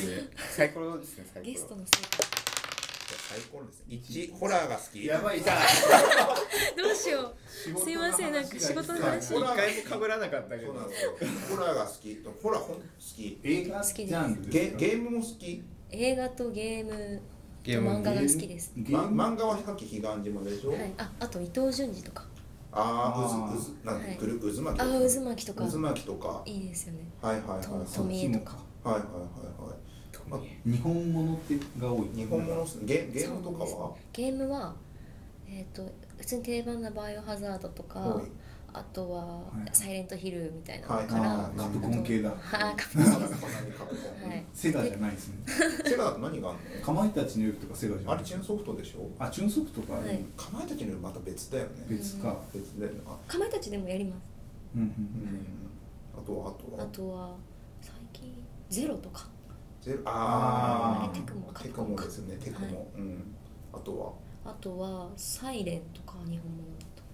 でサイコロですねサイコロゲストのせいかサイコロですね。一ホラーが好き。やばいさどうしようすいませんなんか仕事の話一回も被らなかったけそどうなんですよ。ホラーが好き。とホラー本好き。映好画きですジャンルゲですかゲームも好き。映画とゲームとゲーム漫画が好きですゲま、ーム漫画は比較的彼岸島でしょ。はい、ああと伊藤潤二とかあああ、ーうず、うず、なん、はいぐる、渦巻き。ああ渦巻きとか渦巻きとか。いいですよねはいはいはいはい。と富江とかはいはいはいはい。ま日本物ってが多い日本物っすねゲゲームとかそうは。ゲームはえっ、と普通に定番なバイオハザードとか、はいあとははいサイレントヒルみたいなはのいから、あカプコン系だはあカプコンカプコンカプコンはいセガじゃないですねセガだと何があるかまいたちの夜とかセガじの？ゃあなれいチェーンソフトでしょ。あチュンソフトか、はいかまいたちのよりまた別だよね。別か、別だよね。あかまいたちでもやりますうんううんん。あとはあとあは。とは最近ゼロとかゼロあああれテクモかテクモですねテクモ、はうんあとはあとはサイレンとか日本物だと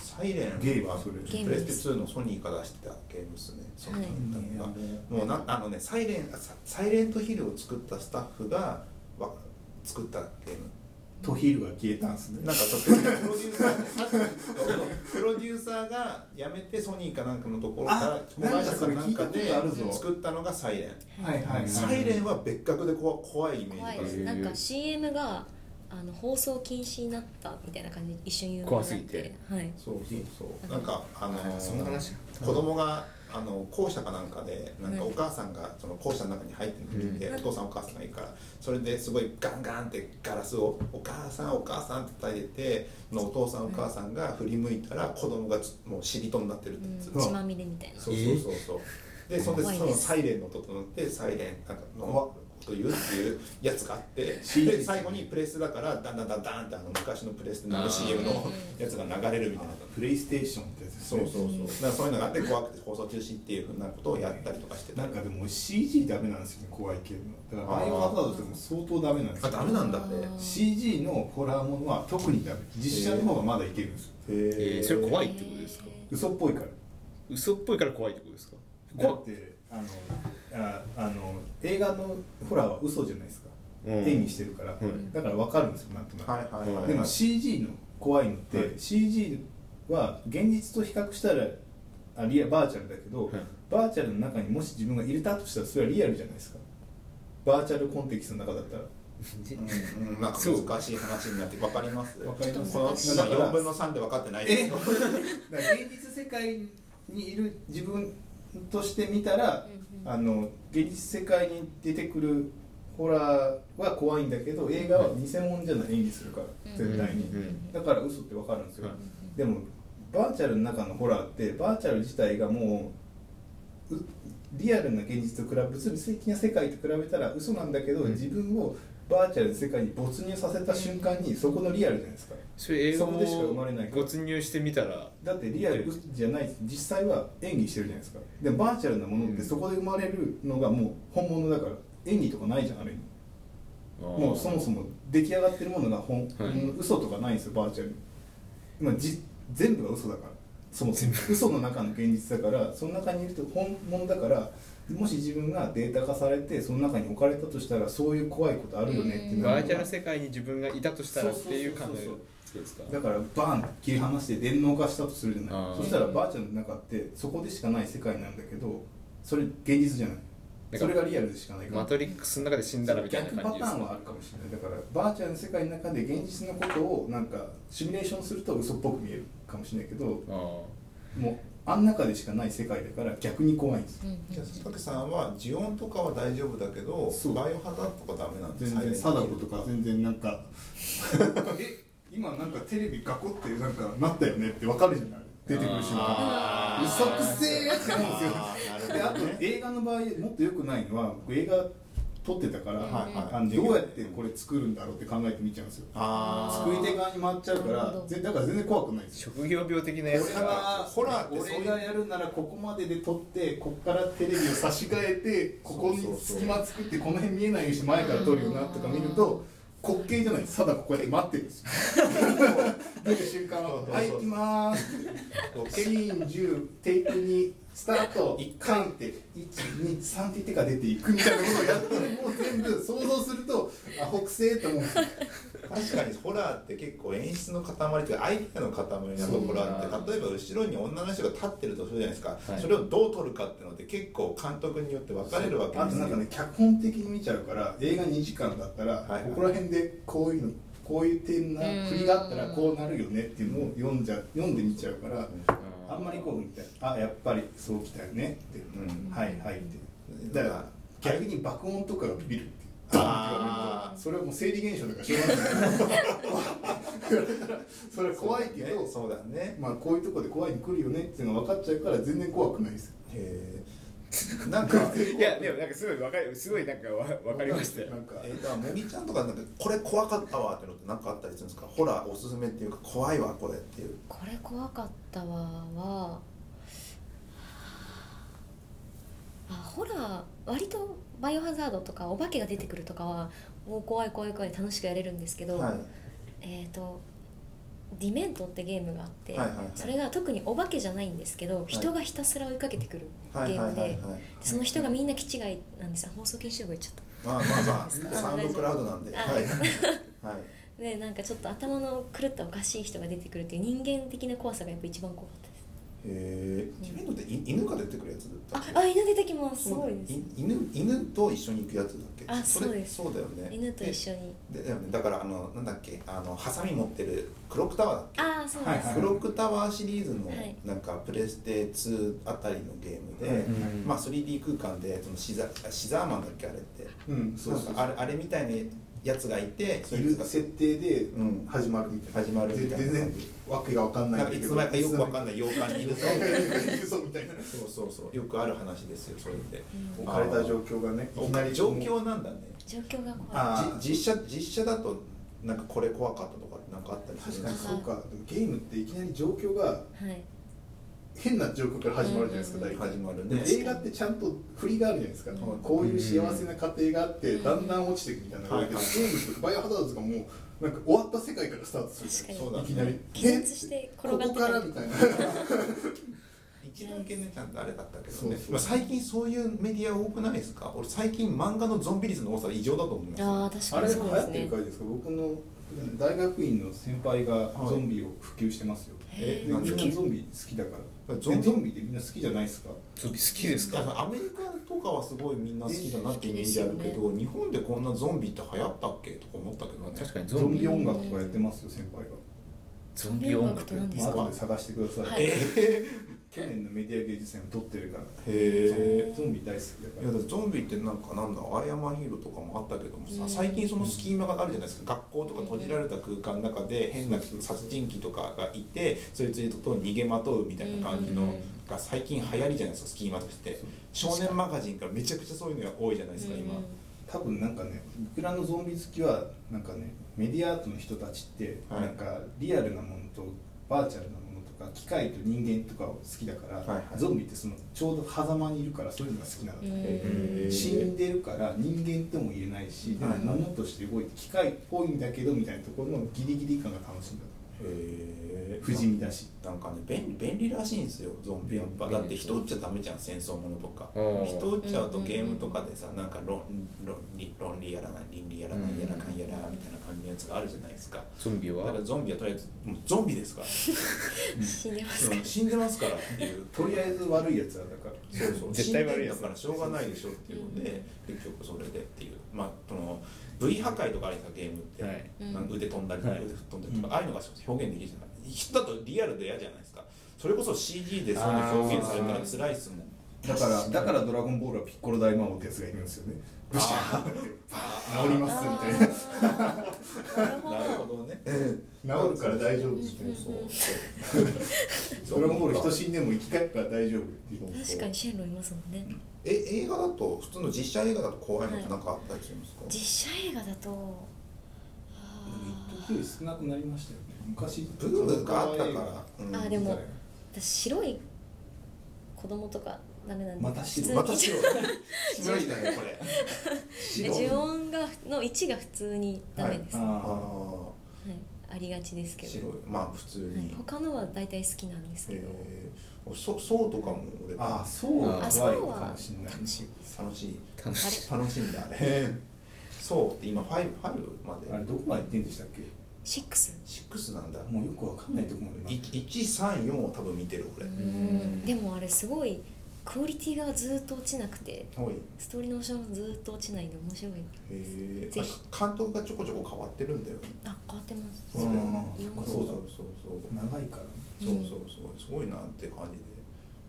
サイレンゲームはそれゲームプレでステす2のソニーが出してたゲームですねそのはい時がうんもうなあのねサイレンあササイレントヒルを作ったスタッフがわ作ったゲームトヒールが消えたんすねなんかちょっとプロデューサープロデューサーが辞めてソニーかなんかのところからあなんかそれ聞いたことあるぞ作ったのがサイレンはいはい、サイレンは別格でこわ怖いイメージ怖いがであするなんか CM があの放送禁止になったみたいな感じで一瞬言う怖すぎてはいそうそうそうなんかあのーそんな話子供があの校舎かなんかでなんかうんお母さんがその校舎の中に入ってるのを見て、うんお父さんお母さんがいるからそれですごいガンガンってガラスを「お母さんお母さん」って叩いててそのお父さんお母さんが振り向いたら子供がつもう尻とになってるってうやんつ、血まみれみたいなそうそうそうそうでそれ怖いでそでのすサイレンの音となってサイレンなんかのこと言うっていうやつがあってで最後にプレスだからダンダンダンダンってあの昔のプレスのあー CM のやつが流れるみたいな。プレイステーションってやつですそうねそうそう。だからそういうのがあって怖くて放送中止っていうふうなことをやったりとかしてた。なんかでも CG ダメなんですよね怖い系のだからバイオハザードっても相当ダメなんですよあダメなんだね。 CG のホラーものは特にダメ実写の方がまだいけるんですよえへーそれ怖はいってことですか嘘っぽいから嘘っぽいから怖いってことですかだ怖っってあのああの映画のホラーは嘘じゃないですか、うん演技してるから、うんだから分かるんですよなんとなく、はいはいはい。でも CG の怖いのって、はい CG は現実と比較したらあリアバーチャルだけど、はいバーチャルの中にもし自分が入れたとしたらそれはリアルじゃないですかバーチャルコンテキストの中だったらうんうんなんか難しい話になってわかります。わかりますこのだから四分の三で分かってないですよ。だから現実世界にいる自分として見たら、うんうんあの現実世界に出てくるホラーは怖いんだけど映画は偽物じゃない演技するから、うん絶対に、うんだから嘘ってわかるんですよ、うんでもバーチャルの中のホラーってバーチャル自体がもううリアルな現実と比べ物理的な世界と比べたら嘘なんだけど、うん自分をバーチャルの世界に没入させた瞬間にそこのリアルじゃないですかそれ映画そこでしか生まれないから没入してみたらだってリアルじゃない実際は演技してるじゃないですかでもバーチャルなものっうてんそこで生まれるのがもう本物だから演技とかないじゃんあれにもうそもそも出来上がってるものが本、い嘘とかないんですよバーチャルに今じ全部が嘘だからそもそも嘘の中の現実だからその中にいると本物だからもし自分がデータ化されてその中に置かれたとしたらそういう怖いことあるよねってうんなるのがバーチャル世界に自分がいたとしたらっていう考そえうそうそうそうですかだからバーンって切り離して電脳化したとするじゃあないーそしたらバーチャルの中ってそこでしかない世界なんだけどそれ現実じゃないなんかそれがリアルでしかないからマトリックスの中で死んだらみたいな逆パ感タじーですンはあるかもしれないだからバーチャルの世界の中で現実のことをなんかシミュレーションすると嘘っぽく見えるかもしれないけどあーもうあん中でしかない世界だから逆に怖いんですようんうんじゃあ佐竹さんはジオンとかは大丈夫だけどそうバイオハザードとかダメなんです全然貞子とか全然なんかえ今なんかテレビガコってなんかなったよねってわかるじゃない出てくる瞬間あうーさくせえやつなんですよあーなでるあほとどね映画の場合もっと良くないのは僕映画撮ってたから、うんはいはいあのどうやってこれ作るんだろうって考えて見ちゃうんですよあ作り手側に回っちゃうかなるほらどぜだから全然怖くないんですよ職業病的な俺やつががホラーってそういう俺がやるならここまでで撮ってこっからテレビを差し替えてここそうにそうそう隙間作ってこの辺見えないようにして前から撮るよなとか見ると滑稽じゃないですただここで待ってるんですよ出る瞬間は「はい行きまーす」シーン10テイク2スタート1回って123って言ってから出ていくみたいなことをやってもう全アホくせえと思う確かにホラーって結構演出の塊というかアイデアの塊なところあって例えば後ろに女の人が立ってるとするじゃないですか、はいそれをどう撮るかっていうのって結構監督によって分かれるわけあでとすなんかよね脚本的に見ちゃうから映画2時間だったら、はいここら辺でこういうのこういう点なうん振りがあったらこうなるよねっていうのを読んじゃ読んでみちゃうからあんまりこうみたいなあやっぱりそうきたよねって、うんはいはいってだから逆に爆音とかがビビるっていうあそれはもう生理現象だからしょうがないそれー怖いけど、そうだねまあこういうとこで怖いに来るよねっていうのが分かっちゃうから全然怖くないですよへえなんかいやでもなんかすごいわかるすごいなんかわわかりましたよなんかえー、だから茂木ちゃんとかなんかこれ怖かったわってのって何かあったりするんですかホラーおすすめっていうか怖いわこれっていうこれ怖かったわはあホラー割と「バイオハザード」とかお化けが出てくるとかはもう怖い怖い怖い楽しくやれるんですけど、はいえっ、と「ディメント」ってゲームがあって、はいはいはいそれが特にお化けじゃないんですけど人がひたすら追いかけてくるはいゲはーいムはいはいでその人がみんな気違いなんですよ放送禁止用語言っちゃった。まあまあ まあサウンドクラウドなんではあいはいはいでなんかちょっと頭の狂ったおかしい人が出てくるっていう人間的な怖さがやっぱ一番怖かったですえー、ディベントってい犬が出てくるやつだっけああ犬出てきますすそうごだいよですい犬犬と一緒に行くやつだっけあれそうですそうだよね犬と一緒にでだよねだからあのなんだっけあのハサミ持ってるクロックタワーだっけああそうです、はいクロックタワーシリーズのはいなんかプレステ2あたりのゲームで、うんまあ、3D 空間でそのシザあシザーマンだっけあれってうんそうそうなんかあれあれみたいなやつがいている設定でうん始まるみたいな、始まるみたいな全然わけが分かんないなんかいつの間にかよくわかんいない洋館にいるぞそうみたいなそうそうそうよくある話ですよそれってうん 置かれた状況がねいきなり状況なんだね状況が怖いあーじ実写実写だとなんかこれ怖かったとかってなんかあったりするんで確かにすそうかでもゲームっていきなり状況がはい変な状況から始まるじゃないですか大体始まるねで映画ってちゃんと振りがあるじゃないですか、うんこういう幸せな過程があって、うんだんだん落ちていくみたいなのが多いけど、はいゲームとかバイオハザードとかもうなんか終わった世界からスタートするじゃ確なかにいですかいきなり気絶して転がってここからみたいな一番懸念ちゃんとあれだったけどそうねそうまあ最近そういうメディア多くないですか俺最近漫画のゾンビ率の多さ異常だと思いますああ確あかれに流そうで行すってるねからですか僕の大学院の先輩がはいゾンビを普及してますよ、へでえーなんみでんなゾンビ好きだからえゾゾンンビビってみんな好きじゃないですかゾンビ好きですだかからアメリカとかはすごいみんな好きだなってイメージあるけど、日本でこんなゾンビって流行ったっけとか思ったけどね確かにゾゾンンビビ音楽とかやってますよ先輩が、ゾンビ音楽ゾンビ音楽と何ですまかあ後で探してください、はい去年のメディア芸術祭も撮ってるからへえゾンビ大好きだいやからだからゾンビってなんかなんだアイアンマンヒーローとかもあったけどもさ、うん最近そのスキーマがあるじゃないですか学校とか閉じられた空間の中で変な殺人鬼とかがいてそいつにと逃げまとうみたいな感じうんのが最近流行りじゃないですかスキーマとして少年マガジンからめちゃくちゃそういうのが多いじゃないですか今、多分なんかね僕らのゾンビ好きはなんかねメディアアートの人たちってはいなんかリアルなものとバーチャルなものとか機械と人間とかを好きだから、はいはいゾンビってそのちょうど狭間にいるからそういうのが好きなの、うんうんへー死んでるから人間とも言えないし、でもはい物として動いて機械っぽいんだけどみたいなところのギリギリ感が楽しいんだへえ不死身だしなんかね便利便利らしいんですよゾンビやっぱ便利だって人撃っちゃダメじゃん戦争ものとかうん人撃っちゃうとゲームとかでさなんか論論理論理やらない倫理やらないやらかんやらみたいな感じのやつがあるじゃないですかゾンビだかはらゾンビはとりあえずもうゾンビ ですから死んでますうかん死んでますからっていうとりあえず悪いやつはだからそうそう絶対悪いやつ死んでんだからしょうがないでしょっていうので結局それでっていうまあその V 破壊とかあるじゃんゲームって、はいなんか腕飛んだりとかはい腕吹っ飛んだりとか、ああいうのが表現できるじゃない人だとリアルで嫌じゃないですかそれこそ CG でそういうの表現されたら辛いっすもんだからだからドラゴンボールはピッコロ大魔王ってやつがいるんですよねブシャーって治りますみたいななるほどなるほどね治るから大丈夫みたいなそうそうドラゴンボール人死んでも生き返るから大丈夫っていう確かにシェンロンいますもんねえ映画だと普通の実写映画だと怖いのってなんかあったりするんですか、実写映画だとあ一時より少なくなりましたよね昔ブームがあったから、うんあでも私白い子供とかダメなんでまた白いまた普通に白い白いだよこれ白い呪音がの1が普通にダメです、あはいああーありがちですけ白いど、まあ普通はいに、他のは大体好きなんですけど、えー、そそうとかも俺ああそうはあそ怖いかうはもしれない楽しい楽しい楽しい楽しいんだねそうって今ファイブファイブまであれどこまで行ってんでしたっけシックス6なんだもうよくわかんないとこまでな134を多分見てる俺んでもあれすごいクオリティがずっと落ちなくてはいへストーリーの後ろもずっと落ちないんで面白いえぜひ監督がちょこちょこ変わってるんだよねあ変わってますうんそうそうそうそう長いからそうそうそうすごいなって感じ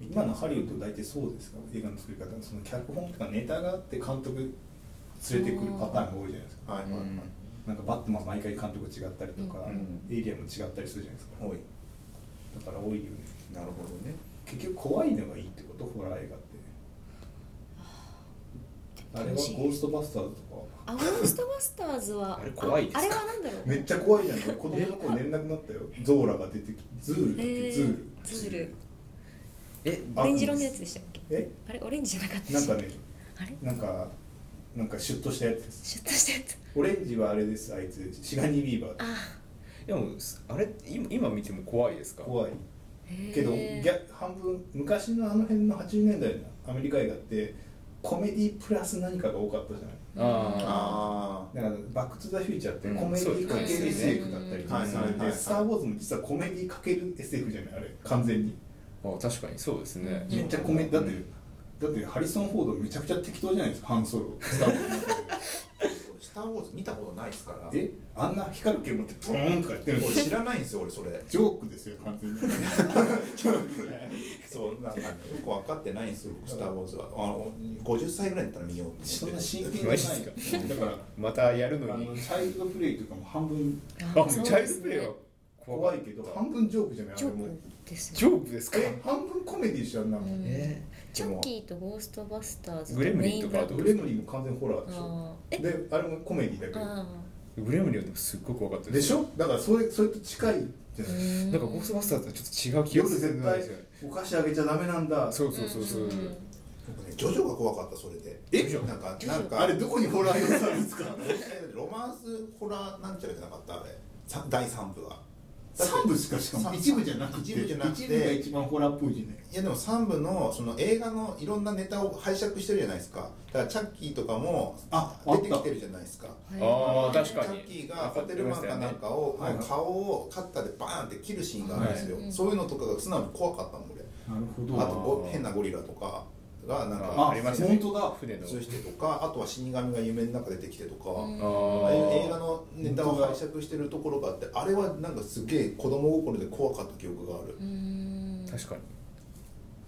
で見て今のますハリウッド大体そうですから映画の作り方その脚本とかネタがあって監督連れてくるパターンが多いじゃないですかはいはいはいなんかバットマン毎回監督違ったりとか、うんエイリアンも違ったりするじゃないですか、はいだから多いよねなるほどね結局怖いのがいいってことホラー映画ってあれは楽しいゴーストバスターズとかあゴーストバスターズはあれ怖いですかああれはなんだろうめっちゃ怖いじゃん子供の頃寝れなくなったよゾーラが出てきてズールだっえけーズールズールえオレンジ色のやつでしたっけえあれオレンジじゃなかったでなんしたかっけねあれなんかなんかシュッとしたやつですシュッとしたやつオレンジはあれですあいつシガニービーバーあでもあれ今今見ても怖いですか怖いへーけど逆半分昔のあの辺の80年代のアメリカ映画ってコメディプラス何かが多かったじゃないああだから「バック・トゥ・ザ・フューチャー」ってうんコメディかけそうるですね SF だったりとかはいするんはいはいで「はいスター・ウォーズ」も実はコメディかける SF じゃないあれ完全にーあ確かにそうですねうんめっちゃコメだってだってハリソン・フォードめちゃくちゃ適当じゃないですかハンソロスター・ウォーズの中であスター・ウォーズ見たことないですからえあんな光る剣持ってブーンとかやってるの俺知らないんですよ俺そ れジョークですよ完全にそうなんかよく分かってないんですよ僕スター・ウォーズはあの50歳ぐらいだったら見ようと思ってそんな真剣じゃマなジっすかいだからまたやるあのにのチャイルドプレイとかも半分ああチそうャイでルドすプレイはね怖いけど半分ジョークじゃないあチれョーもクですジョョークですかえ半分コメディーじゃんなうんえチョッキーとゴーストバスターズグレムリンメとブかランドグレムリンも完全ホラーでしょあーえであれもコメディーだあグレムリンはでもすっごく怖かったけどでですしょだからそれそれと近いじゃない ーなんかゴーストバスターズとはちょっと違う気夜がする絶んで対すよねお菓子あげちゃダメなんだそうそうそうそう僕ねジョジョが怖かったそれでえなんかジョジョなんかあれどこにホラー要素あるんですか ロマンスホラーなんちゃらじゃなかったあれさ第3部はだって3部しかしかも三一部じゃなくて一部じゃなくて一部が一番ホラーっぽいじゃないいやでも3部のその映画のいろんなネタを拝借してるじゃないですかだからチャッキーとかもあ出てきてるじゃないですかあー確チャかにッキーがホテルマンかなんかをはいもう顔をカッターでバーンって切るシーンがあるんですよ、はいそういうのとかが素直に怖かったもん俺なるほあとどご変なゴリラとかがなんあかありましたね本当だ船のそうしてとかあとは死神が夢の中で出てきてとか、うんああいう映画あのネタを拝借してるところがあってあれはなんかすげえ子供心で怖かった記憶があるあ確かに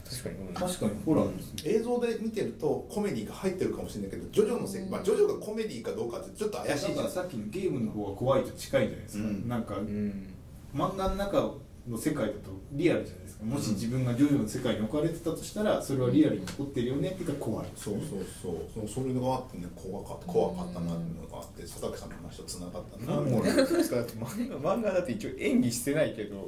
確かにうん確かにホラーですね映像で見てるとコメディが入ってるかもしれないけどジョジョのせい、うんまあ、ジョジョがコメディかどうかってちょっと怪しいじゃだないからですかさっきのゲームの方が怖いと近いじゃないですか、うんなんかうん漫画の中の世界だとリアルじゃないですかもし自分がジョジョの世界に置かれてたとしたらそれはリアルに起こってるよねっていうか怖いそうそうそうそそれがあってね怖かった怖かったなっていうのがあって佐々木さんの話とつながったなうなんんももう ですかだって漫画漫画だって一応演技してないけどもう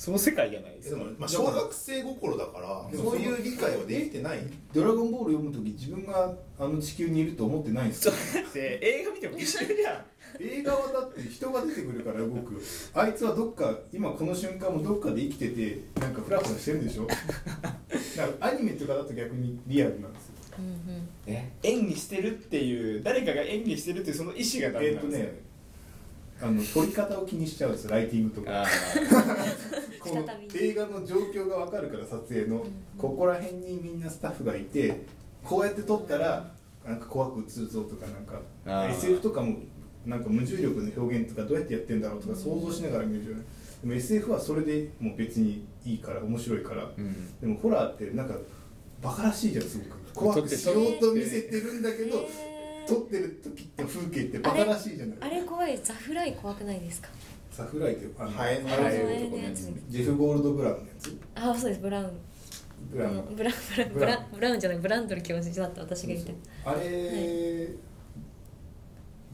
その世界じゃないですでかも、まあ、小学生心だからでもそういう理解はできてないドラゴンボール読む時自分があの地球にいると思ってないんでそすうよだって映画見ても一緒じゃん映画はだって人が出てくるから動くあいつはどっか今この瞬間もどっかで生きててなんかフラフラしてるんでしょだからアニメとかだと逆にリアルなんですよね演技してるっていう誰かが演技してるっていうその意思がダメえっ、なとんですよねあの撮り方を気にしちゃうんですよライティングとかあこの再び映画の状況がわかるから撮影のんここら辺にみんなスタッフがいてこうやって撮ったらなんか怖く映るぞとかなんあかー SF とかもなんか無重力の表現とかどうやってやってんだろうとか想像しながら見るじゃないでも SF はそれでもう別にいいから面白いから、ーうんでもホラーってなんかバカらしいじゃんすごく怖くしようと見せてるんだけど撮ってる時って風景ってバカらしいじゃないあれ怖いザフライ怖くないですかサフライってあのハエのハあエのれ絵とのこやつねジェフ・ゴールドブラウンのやつあそうですブラウンブラウンのブラウンブラウンブラウンブラウンじゃないブランドル教授だった私が言ってあれ、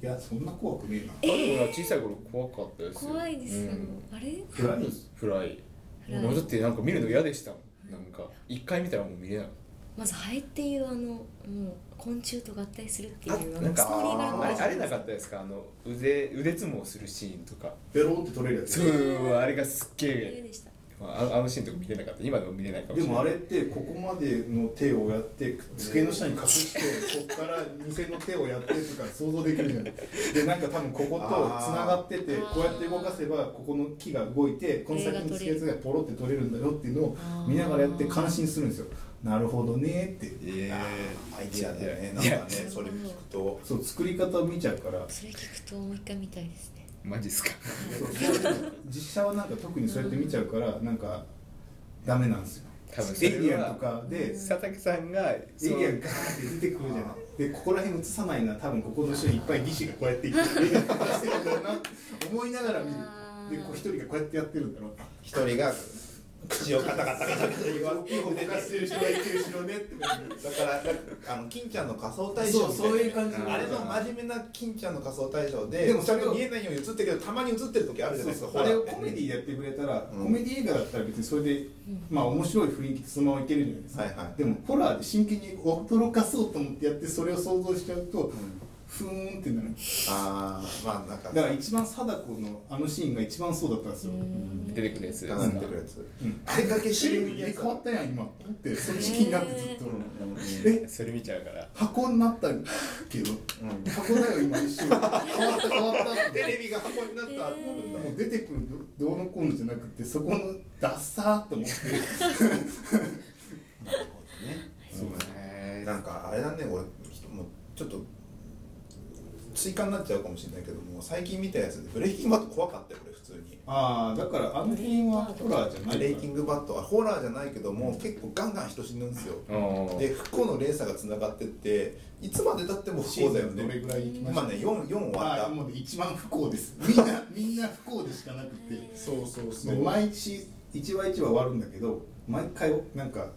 い、やそんな怖くねえなあれもな小さい頃怖かったですよ怖いですようんあれフライフライフライもうだってなんか見るの嫌でしたもんなんか一回見たらもう見れなかっまずハエっていうあのもう昆虫と合体するっていたうなあんのストーリーかがあれああれるなかったですかあの腕腕相撲するシーンとかベロンって取れるやつそうあれがすっげ嫌えでしたあまあ、あのあのシーンとか見れなかった今でも見れないかもしでれないもあれってここまでの手をやって机の下に隠 してここから偽の手をやってとか想像できるじゃないでなんか多分こことつながっててあーこうやって動かせばここの木が動いてこの先に付けやつがポロって取れるんだよっていうのを見ながらやって感心するんですよなるほどねってええあーアイディアだねいなんやかねそれ聞くとそう作り方を見ちゃうからそれ聞くともう一回見たいですねマジっすか実写はなんか特にそうやって見ちゃうからなんかダメなんですよ多分そエれイリアンとはかで佐竹さんがエそイのリアンガーンって出てくるじゃないでここら辺映さないな多分ここの人にいっぱい技師がこうやって いってエイリアンとかしてるんだろうな思いながら見あるーでこう一人がこうやってやってるんだろ う一人が口をカタカタカタカタ言わ大きい方動かしてる人がいてるしろねって感じだからあの金ちゃんの仮装大賞みたそうそういう感じあれの真面目な金ちゃんの仮装大賞ででもちゃんそれをと見えないように映ってるけどたまに映ってる時あるじゃないですかあれをホラーってコメディでやってくれたら、うんコメディ映画だったら別にそれで、まあ面白い雰囲気でそのままいけるじゃないですか、はいはいでもホラーで真剣に驚かそうと思ってやってそれを想像しちゃうと、ふーんってなるああまあなんかだから一番貞子のあのシーンが一番そうだったんですよ、出てくるやつガンってくるやつうんあれだけテレ種ビ類で変わったやん今ってそっち気になってずっと、ええそれ見ちゃうから箱になったけど箱だよ今一瞬変わった変わったってテレビが箱になったえーもう出てくるどどうのこうのじゃなくてそこのダッサーって思ってなるほどねそうねなんかあれだね俺もうちょっと追加になっちゃうかもしれないけども最近見たやつでブレイキングバット怖かったよ俺普通にああだからあの辺はホラーじゃないブからレイキングバットはホラーじゃないけども結構ガンガン人死ぬんですようんで不幸の連鎖がつながってっていつまでたっても不シー幸だズよンどれねぐらい行きました今ね 4, 4終わあっあたもう一番不幸ですみん なみんな不幸でしかなくてそうそうそもうう毎日一話一話終わるんだけど毎回なんか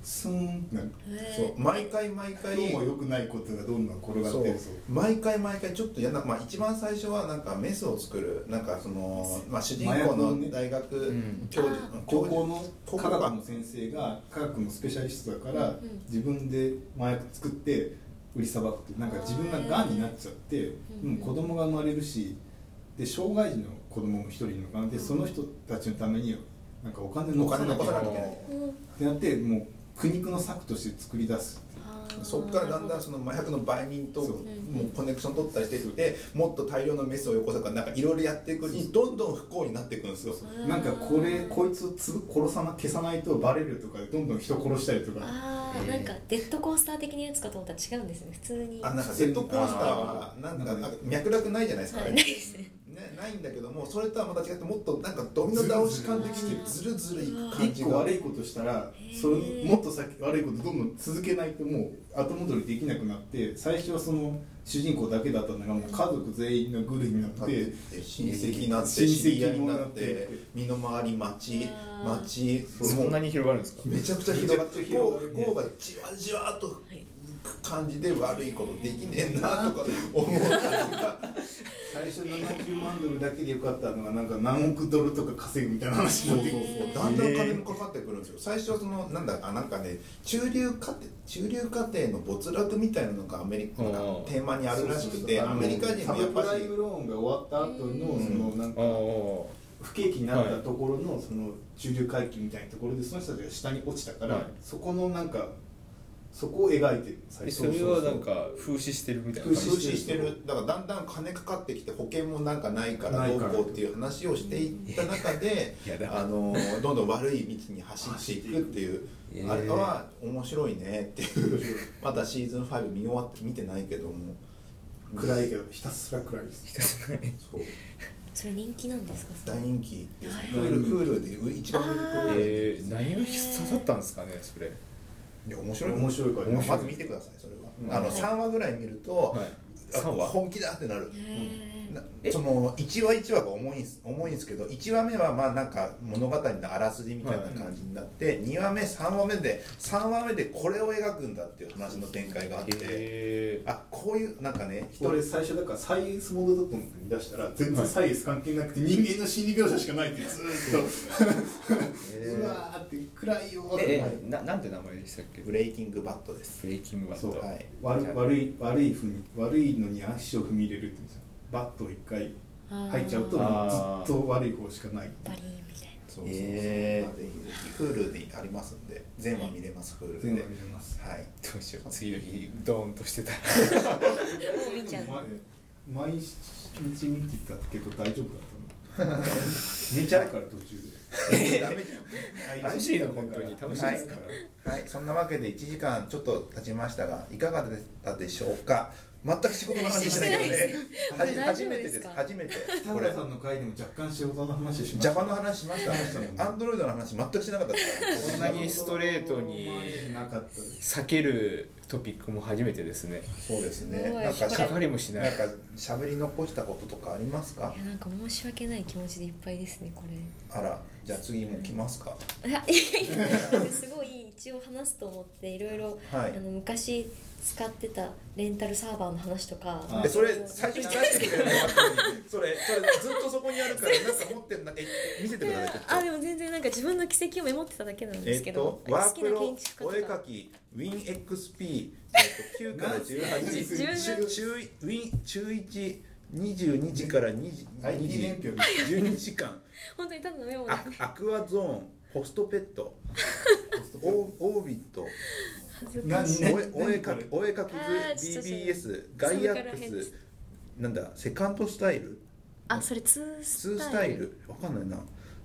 スーンってなるそう毎回毎回どうも良くないことがどんどん転がっそうてるぞ毎回毎回ちょっと嫌な、まあ、一番最初はなんかメスを作るなんかその、まあ、主人公の大学うん教授あ高校の高校科か学の先生が科学のスペシャリストだから、うん自分で麻薬作って売りさばくってなんか自分ががんになっちゃって、うんうん子供が生まれるしで障害児の子供も一人いるのかなでその人たちのためになんかお金お残さ金なきゃ残いさけななきゃいいけないってなってもう苦肉の策として作り出すそこからだんだんその麻薬の売人とそうもうコネクション取ったりしていってもっと大量のメスをよこせとかなんかいろいろやっていくうちにどんどん不幸になっていくんですよなんかこれこいつをつぶ殺さな消さないとバレるとかでどんどん人殺したりとかあえーーなんかデッドコースター的なやつかと思ったら違うんですね普通にあなんはかジェットコースターはなんかなんか脈絡ないじゃないですかいあれないですねね、ないんだけどもそれとはまた違ってもっとなんかドミノ倒し感的にずるずるいく感じ一個が悪いことしたらへーそれもっと先悪いことどんどん続けないともう後戻りできなくなって最初はその主人公だけだったのがもう家族全員がグルになって親戚になって親戚知り合いになっになって身の回り町あー町そんなに広がるんですかめちゃくちゃ広がってめ不ちゃくち幸ゃ広がる不幸がじわじわっと感じで悪いことできねえなとか思う感じが最初70万ドルだけでよかったのがなんか何億ドルとか稼ぐみたいな話になってくるだんだん金もかかってくるんですよ最初はそのなんだあなんかね中流家庭中流家庭の没落みたいなのがアメリカなんかあーテーマにあるらしくそうそうてそうアメリカ人サもやっブぱプライりムローンが終わった後のそのなんあかあ不景気になったところのその中流階級みたいなところでその人たちが下に落ちたから、はいそこのなんかそこを描いてるえ最それはなんか風刺してるみたいな風風刺刺ししててるるだからだんだん金かかってきて保険もなんかないからないどうからこうっていう話をしていった中でやだあのどんどん悪い道に走っていくっていうえーあれは面白いねっていうまだシーズン5見終わって見てないけども暗いけどひたすら暗いですそうそれ人気なんですかそ大れ人気ですはい Hulu Hulu で一番あーいえー、何が必要だったんですかねそれや面白い面白いからまず見てくださいそれうんはあの3話ぐらい見るとはいあ3話本気だってなるへなえその1話1話が重いんす重いんですけど1話目はまあなんか物語のあらすじみたいな感じになって、2話目3話目で3話目でこれを描くんだっていう話の展開があって、えあこういうなんかね一俺人最初だからサイエンスモードだと思って見出したら全然サイエンス関係なくて人間の心理描写しかないってずーっとうわーって暗いよーー、って、えななんて名前でしたっけブレイキングバットですブレイキングバッそトう、はい悪悪い悪いふに悪いのに足を踏み入れるって言うんですよバットを一回ー入っちゃうとあーずっと悪い方しかないバリーンみたいなそうそうそうえまあぜひぜひ Hulu にありますんで全話見れます Hulu で全部見れますはいどうしよう次の日ドーンとしてたらもう見ちゃうでも前毎日見てたけど大丈夫だったの寝ちゃうから途中でダメじゃん楽しいの本当に楽しいですから、はい、そんなわけで1時間ちょっと経ちましたがいかがでしたでしょうか全く仕事の話してないけどねしてないはですじ初めて大丈夫でですすか初めて田これ村さんの回でも若干仕事の話しました Java の話しましたしましたアンドロイドの話全くしなかったですからこんなにストレートになかったです避けるトピックも初めてですねそうですすねごいなんかしゃがりもしないんか喋り残したこととかありますかいやなんか申し訳ない気持ちでいっぱいですねこれあらじゃあ次も来ますかいやいやいやすごい一応話すと思っていろいろはいあの昔使ってたレンタルサーバーの話とかあえそれ最初に話してくれるのよそれそれずっとそこにあるからなんか持ってんなえ見せてくださいちょっとあでも全然なんか自分の軌跡をメモってただけなんですけど、えっと、ワ好ーきプなロ建築お家絵とか描き WinXP9、えっと、9から18自分中中中中1 22時から2時 IT 年表です12時間本当にただのメモだあアクアゾーンホストペットオーオービット恥ずか何しいお絵お絵描きお絵描 あーきち図ょっと BBS ガイアそれッからク返事スなんだセカンドスタイルあそれツーツスースタタイイルルわかんないな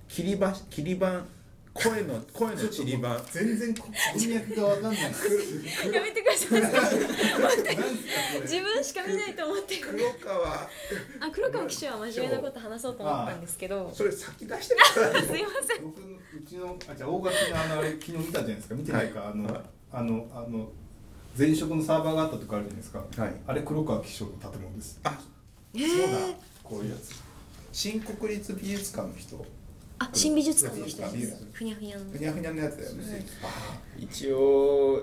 切りば切り板声 の声の散り板全然こ文脈がわかんない やめてください何すかこ れ自分しか見ないと思って黒川あ黒川騎手は真面目なこと話そうと思ったんですけどすそれ先出してください いません僕のうちのあじゃあ大垣のあのあれ昨日見たじゃないですか見てないか、あの、はいあのあの前職のサーバーがあったとかあるじゃないですか、はいあれ黒川紀章の建物ですあそうだこういうやつ新国立美術館の人ふあ新美術館の人美で術す館ふにゃふにゃのにゃふにゃのやつだよね、一応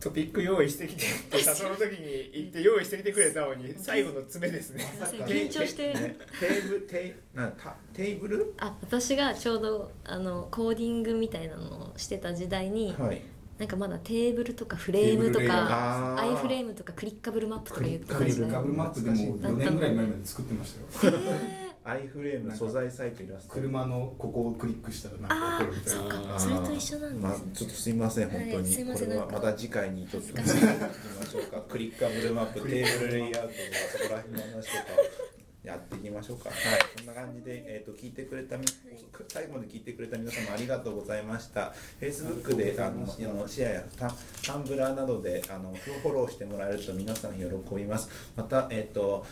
トピック用意してきてって 誘う時に行って用意してきてくれたの に最後の詰めですねません緊張してねテーブルテイなんかテーブルあ私がちょうどあのコーディングみたいなのをしてた時代に、はいなんかまだテーブルとかフレームとテーブルレイヤーかアイフレームとかクリッカブルマップとか言ってたクリ時ッ代クダブルマップでも4年ぐらい前まで作ってましたよアイフレーム素材サイトイラスト車のここをクリックしたらなんか起こるみたいなあそうかーそれと一緒なんまであすね、ちょっとすいません本当はいに、すいまこせんれはなんかまた次回にちょっと恥ずいきましょうかクリッカブルマップテーブルレイアウトとかそこら辺の話とかやっていきましょうかはいこんな感じで、えー、と聞いてくれたみ最後まで聞いてくれた皆様ありがとうございました Facebook であのあのシェアやタタンブラーなどであのフォローしてもらえると皆さん喜びますまたえっ、と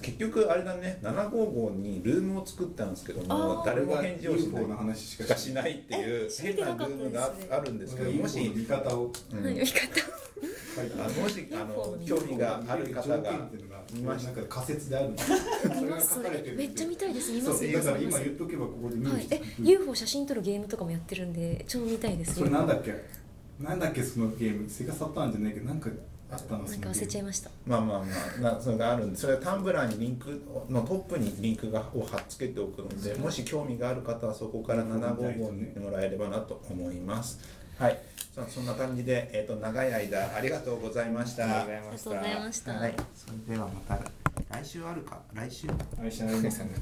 結局あれだね755にルームを作ったんですけどもあー誰も返事をしな UFO のい話ししかかしないっていうえ知っ変てなルなかったですームがあるんですけどももしし見方をうんはい、よかった書いてあのもしあの興味がある方条件がっていうのがいましたなんか仮説であるんですよそ見れまがす書そかれれてるめっちゃ見たいです見まそうす見だまかすら見ま今す言っとけばここで見はるい人え UFO 写真撮るゲームとかもやってるんでちょうど見たいですそれなんだっけなんだっけそのゲームセガサターンじゃないけどなんかあったのなそんのかゲ忘れちゃーいムましたまあまあまあなそれがあるんでそれはタンブラーにリンクのトップにリンクがを貼っつけておくのでもし興味がある方はそこから755にもらえればなと思いますはいさあそんな感じで、えー、と長い間ありがとうございましたありがありがとうございました、はい、それではまた来週あるか来週愛車の皆さんが